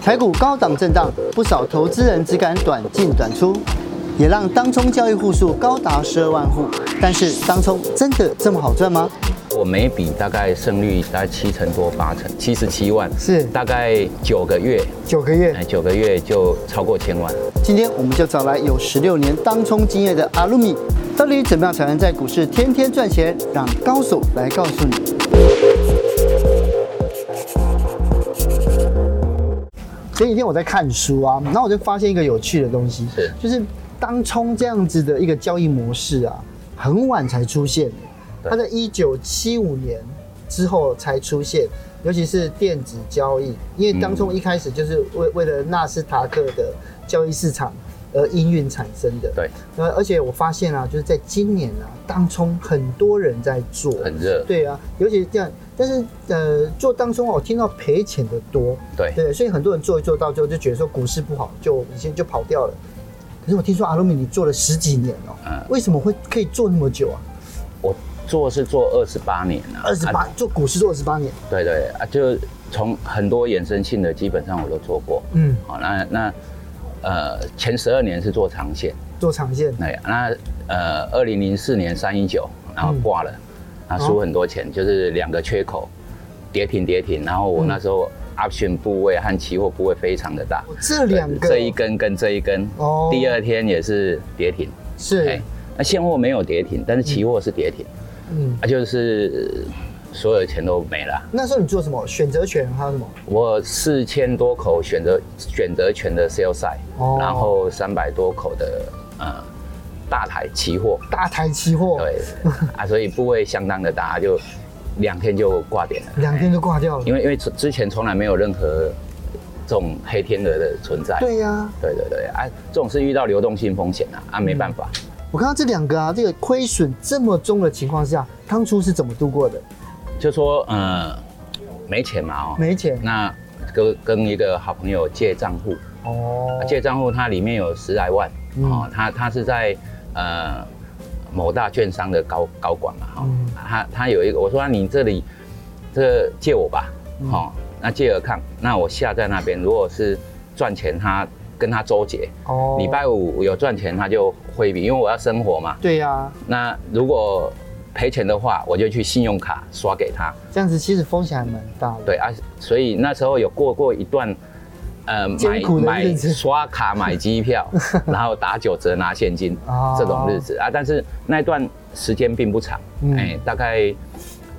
台股高档震荡，不少投资人只敢短进短出，也让当冲交易户数高达十二万户。但是当冲真的这么好赚吗？我每笔大概胜率大概七成多八成，七十七万是大概九个月，九个月哎，九个月就超过千万。今天我们就找来有十六年当冲经验的阿鲁米，到底怎么样才能在股市天天赚钱？让高手来告诉你。前几天我在看书啊，然后我就发现一个有趣的东西，是就是当冲这样子的一个交易模式啊，很晚才出现，对它在一九七五年之后才出现，尤其是电子交易，因为当冲一开始就是为为了纳斯达克的交易市场而应运产生的，对，呃，而且我发现啊，就是在今年啊，当冲很多人在做，很热对啊，尤其是这样，但是呃，做当冲啊我听到赔钱的多，对对，所以很多人做一做到最后就觉得说股市不好，就以前就跑掉了。可是我听说阿鲁米你做了十几年哦、嗯为什么会可以做那么久啊？我做是做二十八年啊，二十八啊做股市做二十八年，对对啊，就从很多衍生性的基本上我都做过。嗯，好，那那呃前十二年是做长线，做长线，那那呃二零零四年三一九，然嗯后挂了，然后输很多钱，就是两个缺口，跌停跌停，然后嗯我那时候 option 部位和期货部位非常的大，这两个这一根跟这一根，哦第二天也是跌停，哎是，，那现货没有跌停，但是期货是跌停，嗯，啊，就是所有的钱都没了。那时候你做什么？选择权还有什么？我四千多口选择选择权的 sell side，、哦然后三百多口的呃大台期货，大台期货，对啊，所以部位相当的大，就两天就挂点了。两天就挂掉了因。为因为之之前从来没有任何这种黑天鹅的存在。对呀、对对对啊，这种是遇到流动性风险啊，啊嗯没办法。我看到这两个啊，这个亏损这么重的情况下，当初是怎么度过的？就说呃没钱嘛哦，没钱那跟跟一个好朋友借账户，哦借账户它里面有十来万、嗯哦，他他是在呃某大券商的高高管嘛哈、哦嗯他他有一个我说、啊、你这里这借我吧，哦，那借了看，那我下在那边，如果是赚钱他跟他周结，哦礼拜五有赚钱他就汇一笔，因为我要生活嘛，对呀、那如果赔钱的话，我就去信用卡刷给他。这样子其实风险还蛮大的。对啊，所以那时候有过过一段，呃，艰买苦的日买子刷卡买机 票，然后打九折拿现金、哦这种日子啊，但是那段时间并不长，哎、嗯大概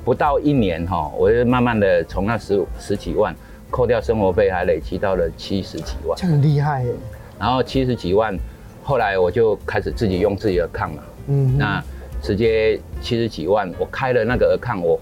不到一年哈、我就慢慢的从那十十几万扣掉生活费，还累积到了七十几万，这样很厉害耶。然后七十几万，后来我就开始自己用自己的抗嘛，嗯，那直接七十几万，我开了那个 account，我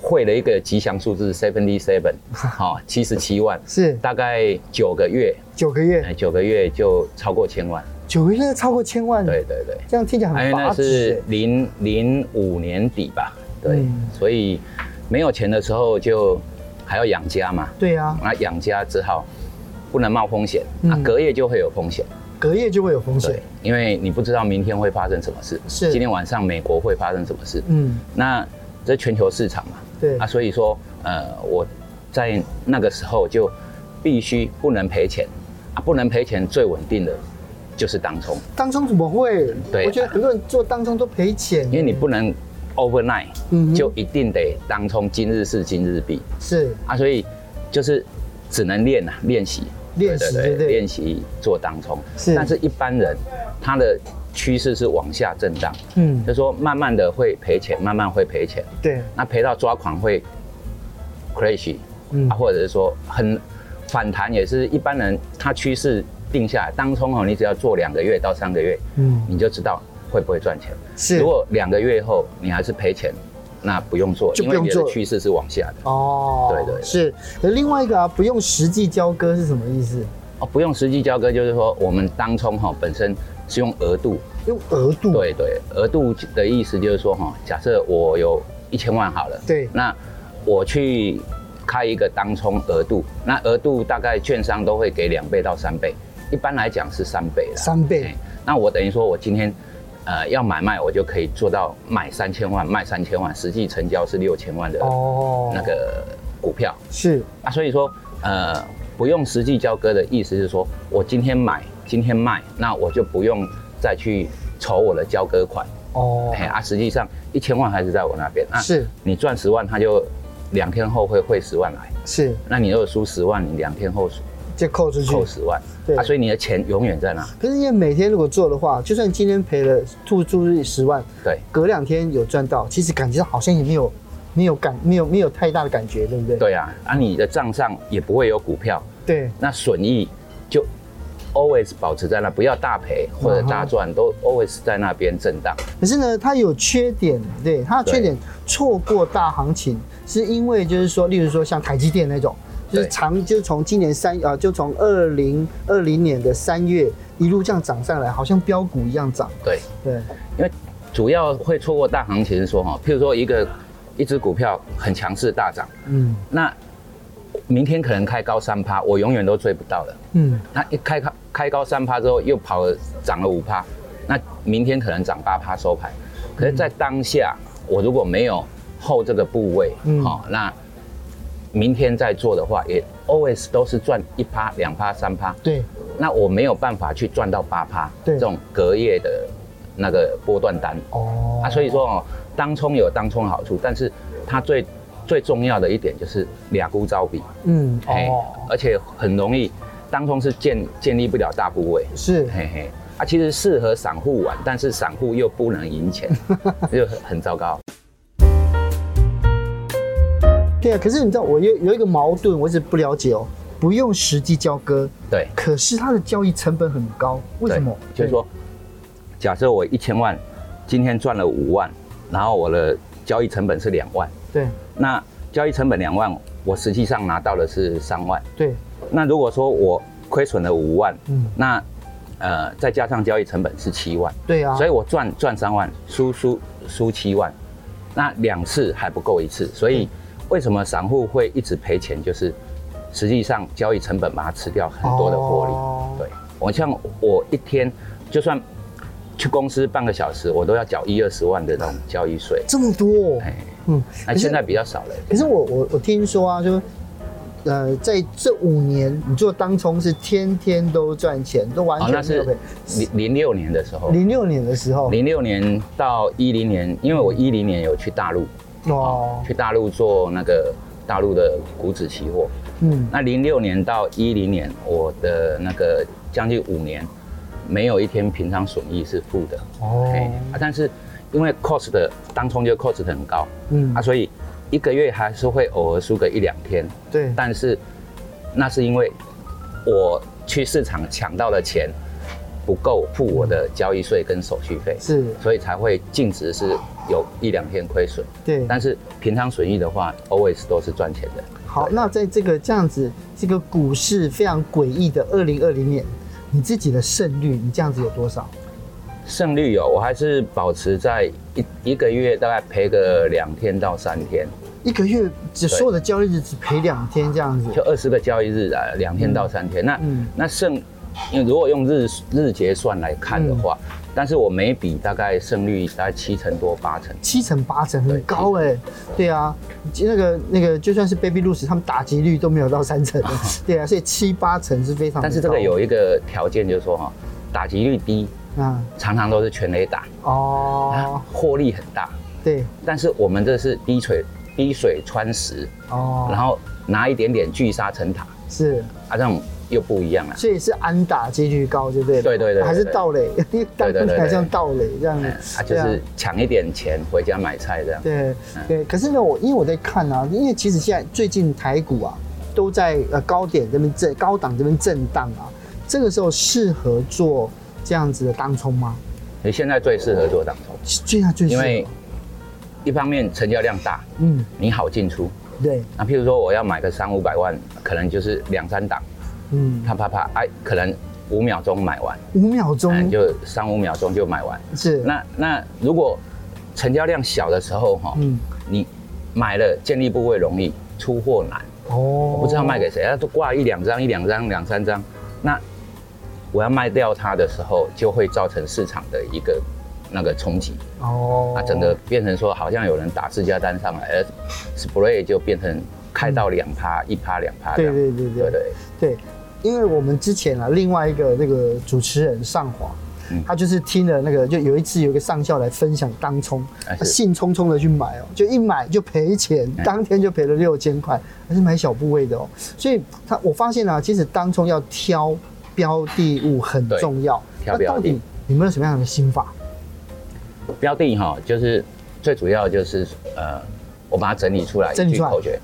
汇了一个吉祥数字 seventy seven，好，七十七万，是大概九个月，九个哎、月，九个月就超过千万，九个月超过千万，对，对对，这样听起来嗯很因为拔那指是耶。零零五年底吧，对，嗯所以没有钱的时候就还要养家嘛，对啊，那养家只好不能冒风险，那、嗯隔夜就会有风险。隔夜就会有风险对。，因为你不知道明天会发生什么事，是今天晚上美国会发生什么事，嗯，那这全球市场嘛，对啊，，所以说，呃，我在那个时候就必须不能赔钱，啊，不能赔钱最稳定的就是当冲，当中怎么会？对啊我觉得很多人做当中都赔钱，因为你不能 overnight，、嗯哼就一定得当冲今日事今日毕是啊，所以就是只能练啊，练习，练习对不对练习做当冲，是但是一般人他的趋势是往下震荡，嗯就说慢慢的会赔钱，慢慢会赔钱，对，那赔到抓狂会 crazy，、嗯啊、或者是说很反弹，也是一般人他趋势定下来，当冲哦，你只要做两个月到三个月，嗯，你就知道会不会赚钱。是如果两个月后你还是赔钱，那不用做，就不用因为你的做趋势是往下的哦，对对对是。而另外一个啊，不用实际交割是什么意思？哦，不用实际交割，就是说我们当冲哈、本身是用额度，用额度，对对，额度的意思就是说哈、假设我有一千万好了，对那我去开一个当冲额度，那额度大概券商都会给两倍到三倍，一般来讲是三倍啦。三倍哎那我等于说我今天呃要买卖，我就可以做到买三千万，卖三千万，实际成交是六千万的哦，那个股票、是啊，所以说呃，不用实际交割的意思是说，我今天买，今天卖，那我就不用再去筹我的交割款。哦哎、啊，实际上一千万还是在我那边。那是你赚十万，他就两天后会汇十万来。是，那你如果输十万，你两天后就扣出去。扣十万，对啊，所以你的钱永远在那。可是因为每天如果做的话，就算今天赔了注注入十万，对隔两天有赚到，其实感觉好像也没有没有感没有没有太大的感觉，对不对？对啊，啊，你的账上也不会有股票，对那损益就 always 保持在那，不要大赔或者大嗯赚，都 always 在那边震荡。可是呢，它有缺点，对它的缺点错过大行情，是因为就是说，例如说像台积电那种，就是对长就是从今年三啊、就从二零二零年的三月一路这样涨上来，好像标股一样涨。对，对，因为主要会错过大行情是说哈，譬如说一个一只股票很强势大涨，嗯那明天可能开高三趴，我永远都追不到了。嗯，那一开开开高三趴之后，又跑了涨了五趴，那明天可能涨八趴收盘。可是，在当下，我如果没有后这个部位，好、嗯那明天再做的话，也 always 都是赚一趴、两趴、三趴。对那我没有办法去赚到八趴，对这种隔夜的那个波段单。哦啊，所以说哦，当冲有当冲好处，但是它最最重要的一点就是俩股招比，嗯嘿哦，而且很容易，当冲是建建立不了大部位，是嘿嘿，啊，其实适合散户玩，但是散户又不能 赢钱，就很很糟糕。对啊。可是你知道我有有一个矛盾，我一直不了解哦，不用实际交割，对，可是它的交易成本很高，为什么？对就是说，假设我一千万，今天赚了五万，然后我的交易成本是两万，对那交易成本两万，我实际上拿到的是三万。对，那如果说我亏损了五万，嗯那呃再加上交易成本是七万，对啊，所以我赚赚三万，输输输七万，那两次还不够一次，所嗯以为什么散户会一直赔钱？就是实际上交易成本把它吃掉很多的获利。哦对我像我一天就算去公司半个小时，我都要缴一二十万的那种交易税。这么多哦、哎，嗯，可那是现在比较少了。可是我我我听说啊，就呃，在这五年你做当冲是天天都赚钱，都完哦，那全没有是赔。零零六年的时候，零六年的时候，零六年到一零年，因为我一零年有去大陆，哦，去大陆做那个大陆的股指期货。嗯，那零六年到一零年，我的那个将近五年，没有一天平常损益是负的。哦哎、啊但是因为 cost 的当冲就 cost 很高嗯啊，，所以一个月还是会偶尔输个一两天，对，但是那是因为我去市场抢到的钱不够付我的交易税跟手续费。是，所以才会净值是有一两天亏损，对。但是平常损益的话，always 都是赚钱的。好，那在这个这样子，这个股市非常诡异的二零二零年，你自己的胜率，你这样子有多少？胜率有，我还是保持在一一个月大概赔个两天到三天，一个月只所有的交易日只赔两天这样子，就二十个交易日啊，两天到三天。那、嗯那胜，因为如果用日日结算来看的话，嗯但是我每笔大概胜率大概七成多八成。七成八成很高哎、对啊，那个那个就算是 Baby l u c 他们打击率都没有到三成， 对啊，所以七八成是非常高。但是这个有一个条件就是说哈，打击率低，啊常常都是全垒打， 哦，获利很大。对但是我们这是滴水滴水穿石，然哦，后拿一点点聚沙成塔，是，啊，这种又不一样啊了。所以是安打几率高，对不对？对对对对还是盗垒，因为 当初还像盗垒这样子嗯，啊，就对啊是嗯抢一点钱回家买菜这样。对对，可是呢，我因为我在看啊，因为其实现在最近台股啊都在呃高点这边震高档这边震荡啊，这个时候适合做这样子的当冲吗？你现在最适合做当冲，最啊最适因合，为一方面成交量大，嗯你好进出。对，那譬如说我要买个三五百万，可能就是两三档，嗯，啪啪啪，哎，可能五秒钟买完，五秒钟嗯，就三五秒钟就买完。是那那如果成交量小的时候哈，嗯你买了建立部位容易，出货难。哦我不知道卖给谁，啊他都挂一两张、一两张、两三张，那我要卖掉它的时候，就会造成市场的一个那个冲击，哦啊，整个变成说好像有人打自家单上来，而 spray 就变成开到两趴、一趴、两趴这对样。对对对对对，对，因为我们之前啊，另外一个那个主持人上华，嗯他就是听了那个，就有一次有一个上校来分享当冲，哎他是兴冲冲的去买哦，就一买就赔钱，哎当天就赔了六千块，还是买小部位的哦。所以他我发现啊，其实当冲要挑标的物很对重要。挑那标到底的有没有什么样的心法？标的哈，就是最主要就是呃，我把它整理出来整一理句出来口诀：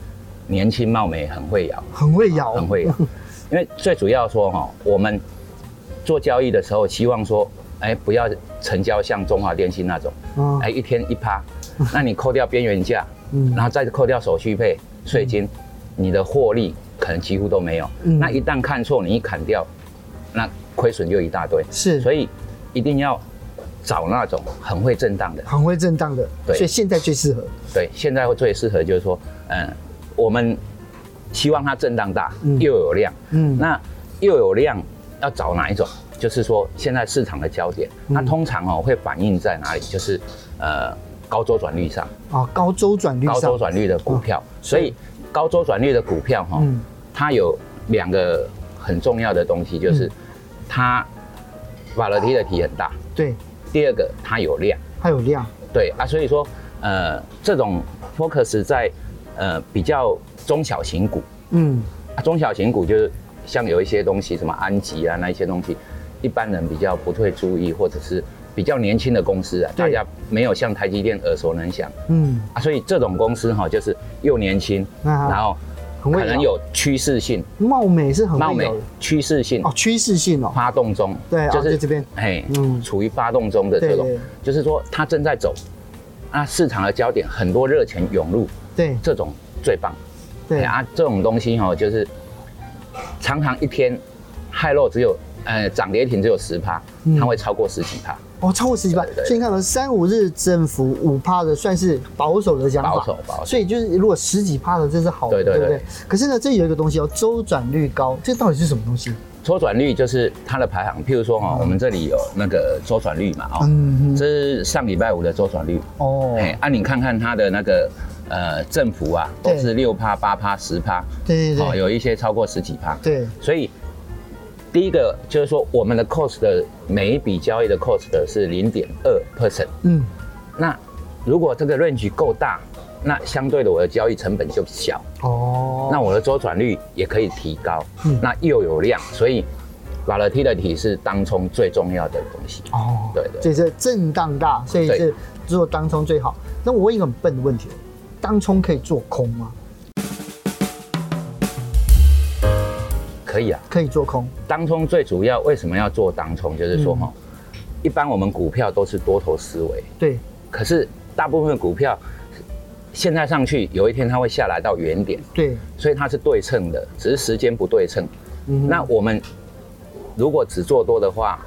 年轻貌美，很会咬。很会咬，很会养，因为最主要说哈，我们做交易的时候，希望说，哎，不要成交像中华电信那种，嗯哎，一天一趴，那你扣掉边缘价，嗯然后再扣掉手续费、税金，你的获利可能几乎都没有。嗯那一旦看错，你一砍掉，那亏损就一大堆。是，所以以一定要找那种很会震荡的。很会震荡的，对所以现在最适合。对，现在会最适合就是说，嗯，我们希望它震荡大，嗯又有量，嗯，那又有量要找哪一种？就是说现在市场的焦点，嗯那通常哦会反映在哪里？就是呃高周转率上，啊，高周转率高周上，转率的股票。所以高周转率的股票哈、嗯它有两个很重要的东西，就是嗯它 volatility 很大，对，第二个它有量。它有量，对啊，所以说，呃，这种 focus 在呃比较中小型股，嗯，啊、中小型股就是像有一些东西，什么安吉啊那一些东西，一般人比较不会注意，或者是比较年轻的公司啊，对大家没有像台积电耳熟能详嗯，啊，所以这种公司哈、就是又年轻，啊然后很会可能咬有趋势性，貌美是很貌会美咬的趋势性哦，趋势性哦，发动中，对哦在这边哎，嗯处于发动中的这种对对，就是说它正在走，啊，市场的焦点很多热钱涌入，对这种最棒，对哎啊，这种东西哈、就是常常一天害肉只有，呃，涨跌停只有十趴嗯，它会超过十几趴，哦，超过十几趴，对对所以你看到三五日增幅五趴的算是保守的讲法，保守保守所以就是如果十几趴的这是好的，对对不对对？可是呢，这有一个东西哦，周转率高，这到底是什么东西？周转率就是它的排行，譬如说哈、我们这里有那个周转率嘛，哦，嗯，这是上礼拜五的周转率，哦，哎，啊，你看看它的那个呃振幅啊，都对是六趴、八趴、十趴，对对哦，对有一些超过十几趴。对，所以第一个就是说，我们的 cost 的每一笔交易的 cost 是零点二 percent。嗯，那如果这个 range 够大，那相对的我的交易成本就小，哦，那我的周转率也可以提高。嗯那又有量，所以 volatility 是当冲最重要的东西。哦，对对所以这震荡大，所以对是做当冲最好。那我问一个很笨的问题哦，当冲可以做空吗？可以啊。可以做空，当冲最主要为什么要做当冲？就是说嗯哈、一般我们股票都是多头思维，对，可是大部分股票现在上去，有一天它会下来到原点，对，所以它是对称的，只是时间不对称。嗯那我们如果只做多的话，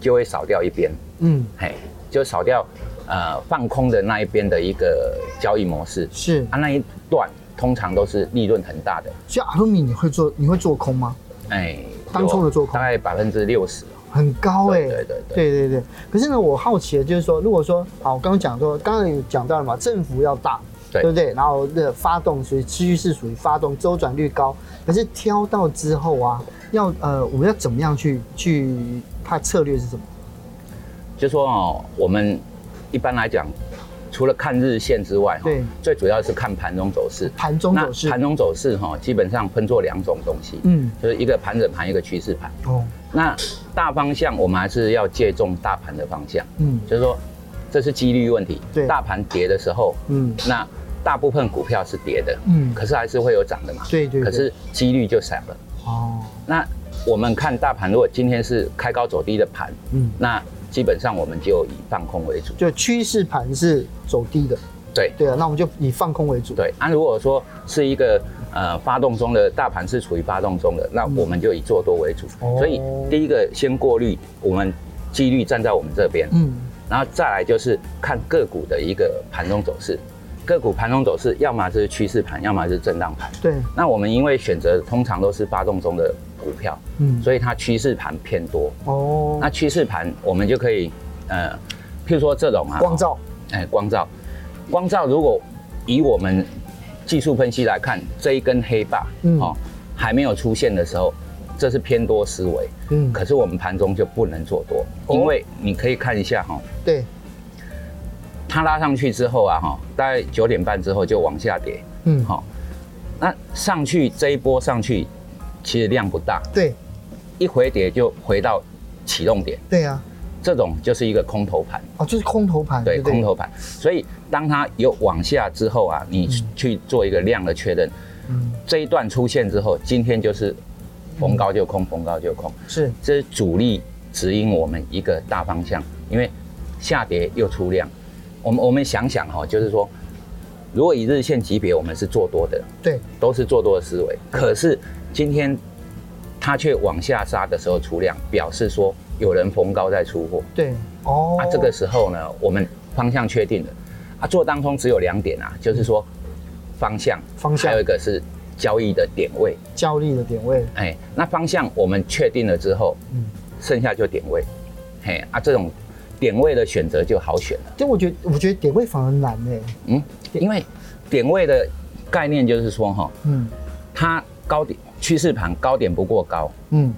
就会少掉一边，嗯，嘿，就少掉呃放空的那一边的一个交易模式。是。啊，那一段通常都是利润很大的，所以阿鲁米，你会做你会做空吗？哎，当冲的做空大概百分之六十。很高哎、对对对对对对对可是呢，我好奇的就是说，如果说好，我刚刚讲说，刚刚有讲到了嘛，振幅要大，对不对？然后那个发动属于趋势属于发动，周转率高。可是挑到之后啊，要呃，我们要怎么样去去它策略是什么？就说哦，我们一般来讲，除了看日线之外，哈对，最主要是看盘中走势。盘中走势那盘中走势哈，基本上分作两种东西，嗯，就是一个盘整盘，一个趋势盘。哦，那大方向我们还是要借重大盘的方向，嗯就是说这是几率问题。对大盘跌的时候，嗯那大部分股票是跌的，嗯可是还是会有涨的嘛。对对对可是几率就少了。哦，那我们看大盘，如果今天是开高走低的盘，嗯，那基本上我们就以放空为主。就趋势盘是走低的，对对啊，那我们就以放空为主，对，啊，如果说是一个呃发动中的大盘是处于发动中的，那我们就以做多为主。嗯哦所以第一个先过滤，我们几率站在我们这边，嗯，然后再来就是看个股的一个盘中走势。个股盘中走势，要么是趋势盘，要么是震荡盘。对，那我们因为选择通常都是发动中的股票，嗯，所以它趋势盘偏多。哦，那趋势盘我们就可以，呃，譬如说这种啊，光照，哎，光照，光照如果以我们技术分析来看，这一根黑棒，嗯哦，还没有出现的时候，这是偏多思维。嗯，可是我们盘中就不能做多，哦因为你可以看一下哈、对，它拉上去之后啊，哈，大概九点半之后就往下跌，嗯，好、那上去这一波上去，其实量不大，对一回跌就回到启动点，对啊，这种就是一个空头盘，哦，就是空头盘，对，不空头盘。所以当它有往下之后啊，你去做一个量的确认，嗯，这一段出现之后，今天就是逢高就空，逢高就空，是，这是主力指引我们一个大方向，因为下跌又出量。我们我们想想哈、就是说，如果以日线级别，我们是做多的，对，都是做多的思维。可是今天它却往下杀的时候出量，表示说有人逢高在出货。对，哦，啊，这个时候呢，我们方向确定了。啊，做当中只有两点啊，就是说方向，方向还有一个是交易的点位。哦焦虑的点位，哎，那方向我们确定了之后，嗯，剩下就点位。嘿啊，这种点位的选择就好选了。但我觉得我觉得点位反而难哎，嗯，因为点位的概念就是说哈，嗯它高点趋势盘高点不过高，嗯，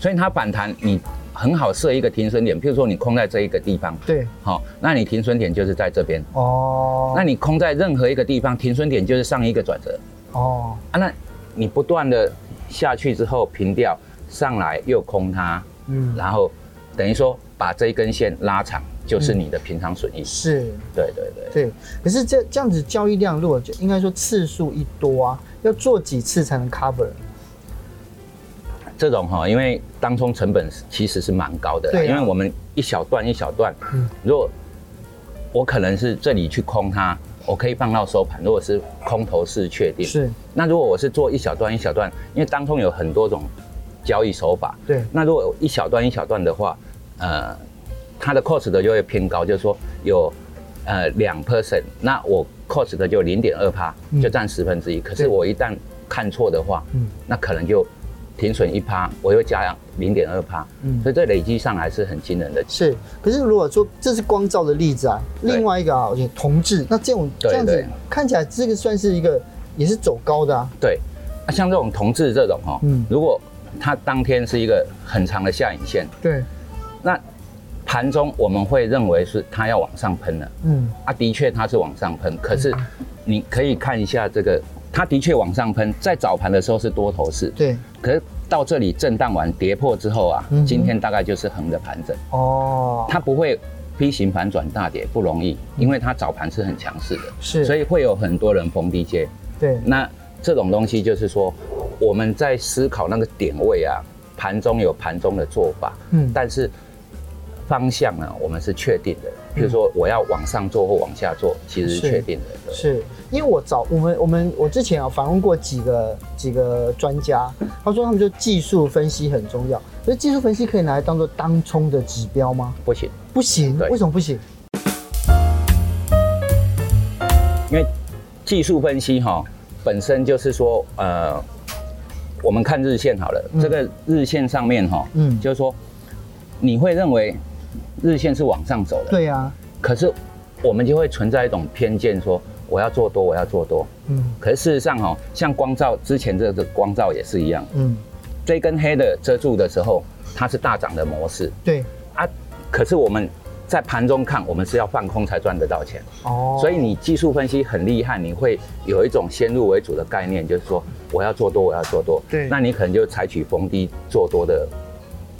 所以它反弹你很好设一个停损点，譬如说你空在这一个地方，对，好、那你停损点就是在这边，哦，那你空在任何一个地方，停损点就是上一个转折哦，啊，那你不断的下去之后平掉上来又空它，嗯，然后等于说把这一根线拉长，就是你的平常损益。是。对对对，对，可是这这样子交易量，如果就应该说次数一多啊，要做几次才能 cover？这种哈、因为当冲成本其实是蛮高的啦，对啊因为我们一小段一小段，嗯如果我可能是这里去空它，我可以放到收盘。如果是空头是确定，是，那如果我是做一小段一小段，因为当冲有很多种交易手法，对，那如果一小段一小段的话，呃，它的 cost 的就会偏高，就是说有呃两 percent，那我 cost 的就零点二趴，嗯就占十分之一。可是对我一旦看错的话，嗯那可能就停损一趴，我又加零点二趴，嗯所以这累积上来是很惊人的。是。可是如果说这是光照的例子啊，对另外一个啊，我觉得同志，那这种对这样子对看起来，这个算是一个也是走高的啊，对，啊、像这种同志这种哦，嗯如果它当天是一个很长的下影线，对，那盘中我们会认为是它要往上喷了。嗯，啊，的确它是往上喷，可是你可以看一下这个，它的确往上喷，在早盘的时候是多头市，对，可是到这里震荡完跌破之后啊，嗯哼今天大概就是横的盘整，哦，它不会 P 型反转大跌不容易，因为它早盘是很强势的，是，所以以会有很多人逢低接。对，那这种东西就是说，我们在思考那个点位啊，盘中有盘中的做法，嗯，但是方向呢，我们是确定的。嗯比如说，我要往上做或往下做，其实是是确定的。是因为我找我们我们我之前啊访问过几个几个专家，他说他们就技术分析很重要，所以技术分析可以拿来当做当冲的指标吗？不行，不行，对为什么不行？因为技术分析哈、本身就是说，呃，我们看日线好了，嗯这个日线上面哈、嗯就是说你会认为日线是往上走的，对呀、啊，可是我们就会存在一种偏见说。我要做多，我要做多。嗯可是事实上、哦，像光照之前这个光照也是一样，嗯，这根黑的遮住的时候，它是大涨的模式。对，啊，可是我们在盘中看，我们是要放空才赚得到钱。哦，所以你技术分析很厉害，你会有一种先入为主的概念，就是说我要做多，我要做多。对那你可能就采取逢低做多的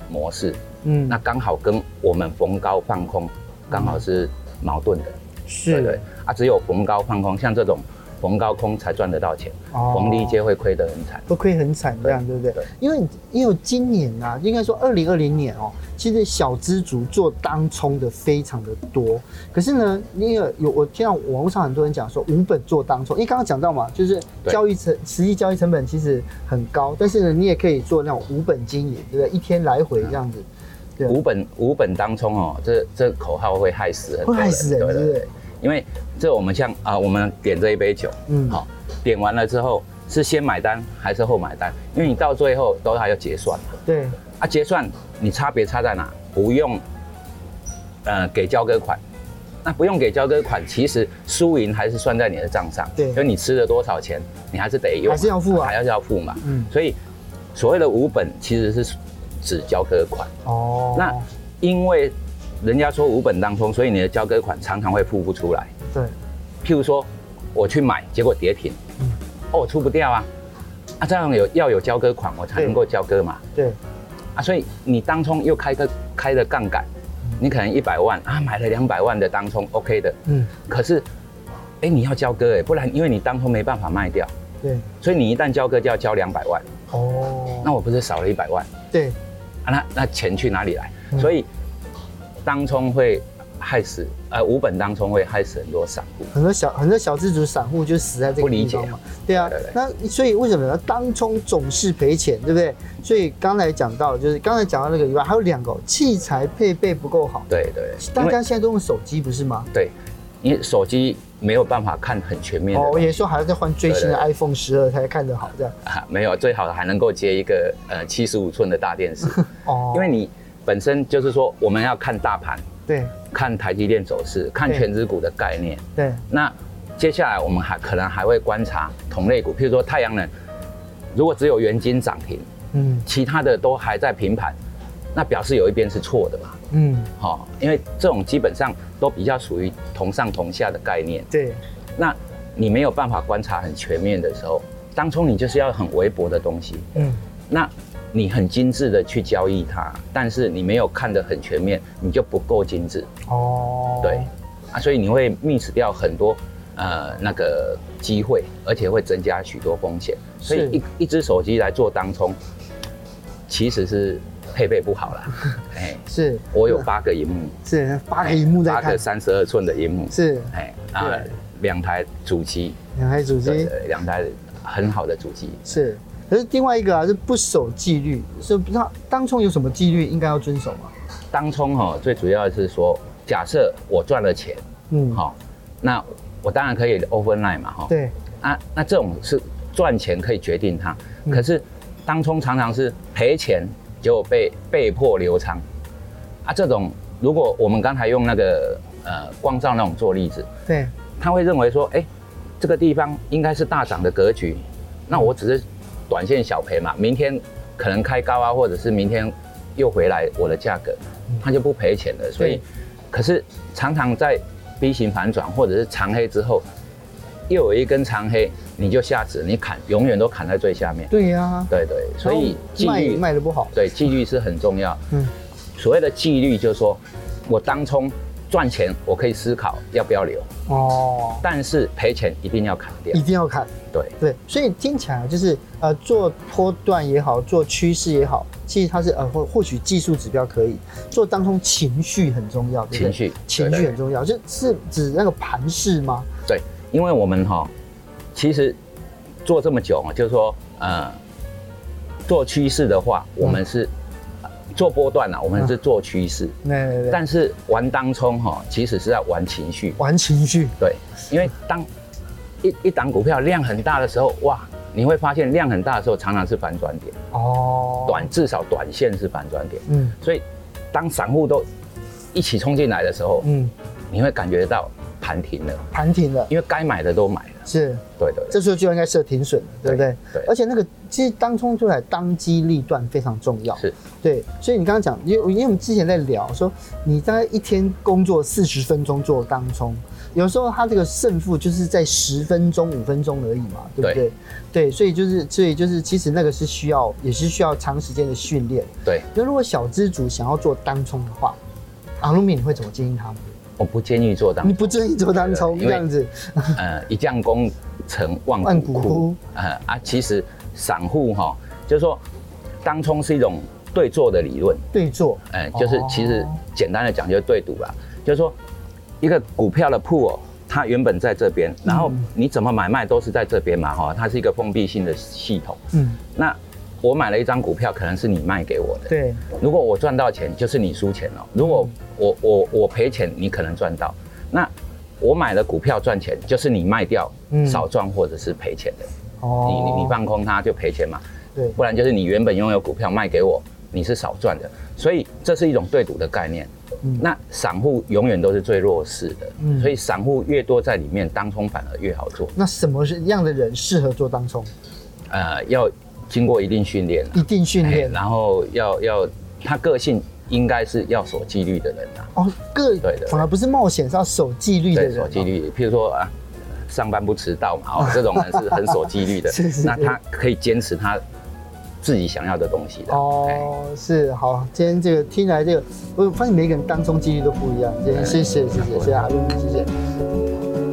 模式，嗯那刚好跟我们逢高放空刚好是矛盾的，对嗯是不对？啊，只有逢高放空，像这种逢高空才赚得到钱，哦逢低接会亏得很惨。会亏很惨这样，对对不对对？因为因为今年啊，应该说二零二零年哦，其实小资族做当冲的非常的多。可是呢，因为有我听到网络上很多人讲说无本做当冲，因为刚刚讲到嘛，就是对交易成实际交易成本其实很高，但是呢，你也可以做那种无本经营，对不对？一天来回这样子，嗯对无本无本当冲哦，这这口号会害死很会多人，害死人，对对不对对？因为这我们像啊、我们点这一杯酒，嗯，好、点完了之后是先买单还是后买单？因为你到最后都还要结算嘛对，啊，结算你差别差在哪？不用，呃，给交割款，那不用给交割款，其实输赢还是算在你的账上。对就你吃了多少钱，你还是得用嘛，还是要付啊还是要付嘛。嗯嗯，所以所谓的无本其实是指交割款。哦，那因为人家说无本当冲，所以你的交割款常常会付不出来。对，譬如说我去买，结果跌停，嗯哦，我出不掉啊，啊，这样有要有交割款，我才对能够交割嘛。对，啊，所以你当冲又开个开了杠杆，你可能一百万啊买了两百万的当冲，OK 的，嗯，可是，哎，你要交割哎，不然因为你当冲没办法卖掉，对，所以你一旦交割就要交两百万，哦，那我不是少了一百万对，啊？那那钱去哪里来嗯？所以当冲会害死，呃，无本当冲会害死很多散户。很多小很多小资主散户就死在这个不理地解方嘛，对啊对对，那所以为什么呢？当冲总是赔钱，对不对？所以刚才讲到，就是刚才讲到那个以外，还有两个哦器材配备不够好，对对，大因为家现在都用手机不是吗？对，你手机没有办法看很全面的哦，我东西也说还要再换最新的对对 iPhone 十二才看得好这样。啊，没有，最好还能够接一个呃七十五寸的大电视， 哦，因为你本身就是说我们要看大盘，对看台积电走势，看对全指股的概念。对那接下来我们还可能还会观察同类股，譬如说太阳能，如果只有元金涨停，嗯其他的都还在平盘，那表示有一边是错的嘛？嗯哈、哦，因为这种基本上都比较属于同上同下的概念。对那你没有办法观察很全面的时候，当初你就是要很微薄的东西，嗯那你很精致的去交易它，但是你没有看得很全面，你就不够精致，哦对，啊，所以你会 miss 掉很多呃那个机会，而且会增加许多风险，所是以一一只手机来做当冲，其实是配备不 好啦，哎，是我有八个荧幕，是八个荧幕在八看个，三十二寸的荧幕，是哎，啊对，两台主机，两台主对机对，两台很好的主机，是。可是另外一个啊，是不守纪律，是不知道当冲有什么纪律应该要遵守嘛？当冲哈、最主要的是说，假设我赚了钱，嗯，好、那我当然可以 overnight 嘛，哈、对，啊，那这种是赚钱可以决定它，嗯可是当冲常常是赔钱就被被迫留仓，啊，这种如果我们刚才用那个呃光照那种做例子，对，他会认为说，哎、这个地方应该是大涨的格局，那我只是短线小赔嘛，明天可能开高啊，或者是明天又回来我的价格，他就不赔钱了。所以嗯对，可是常常在 B 型反转或者是长黑之后，又有一根长黑，你就下指，你砍永远都砍在最下面。对呀。对对，所以纪然后哦卖律卖的不好，对纪律是很重要。嗯，所谓的纪律就是说，我当冲赚钱，我可以思考要不要留。哦，但是赔钱一定要砍掉一。定要看。对，对，所以听起来就是呃，做波段也好，做趋势也好，其实它是呃，或或许技术指标可以做当中情绪很重要，对不对情绪情对绪对很重要，是是指那个盘势吗？对，因为我们哈、其实做这么久啊，就是说，呃，做趋势的话，我们是、呃做波段啊，我们是做趋势，对嗯对对，但是玩当冲哈、其实是在玩情绪。玩情绪，对，因为当一一档股票量很大的时候，哇，你会发现量很大的时候常常是反转点，哦，短至少短线是反转点，嗯所以当散户都一起冲进来的时候，嗯，你会感觉到盘停了。盘停了，因为该买的都买了，是，对对对这时候就应该设停损了，对不对？对而且那个其实当冲出来当机立断非常重要，是对，所以你刚刚讲，因为因为我们之前在聊说，你大概一天工作四十分钟做当冲，有时候他这个胜负就是在十分钟、五分钟而已嘛，对不对？对，所以就是所以就是其实那个是需要也是需要长时间的训练。对。那如果小资主想要做当冲的话，阿鲁米你会怎么建议他们？我不建议做当你，不建议做当冲对这因为样子，呃，一将功成万万骨骨枯枯，呃啊，其实散户哈、就是说当冲是一种对坐的理论，对做，呃，就是哦其实简单的讲就是对赌啦，就是说一个股票的铺哦。它原本在这边，然后你怎么买卖都是在这边嘛，哈，它是一个封闭性的系统。嗯，那我买了一张股票，可能是你卖给我的，对，如果我赚到钱，就是你输钱哦。如果我我我赔钱，你可能赚到。那我买了股票赚钱，就是你卖掉嗯少赚或者是赔钱的。哦，你你你放空它就赔钱嘛，对，不然就是你原本拥有股票卖给我，你是少赚的。所以这是一种对赌的概念。嗯那散户永远都是最弱势的，嗯所以散户越多在里面，当冲反而越好做。那什么样的人适合做当冲？呃，要经过一定训练啊、一定训哎练然后要要他个性应该是要守纪律的人啊，哦，个对对反而不是冒险，是要守纪律的对，人守哦。纪律。譬如说啊，上班不迟到 嘛，哦，这种人是很守纪律的，是是是那他可以坚持他自己想要的东西的。哎，哦，是好，今天这个听来这个，我发现每个人当中几率都不一样。今天谢谢谢谢谢谢阿伦，谢谢。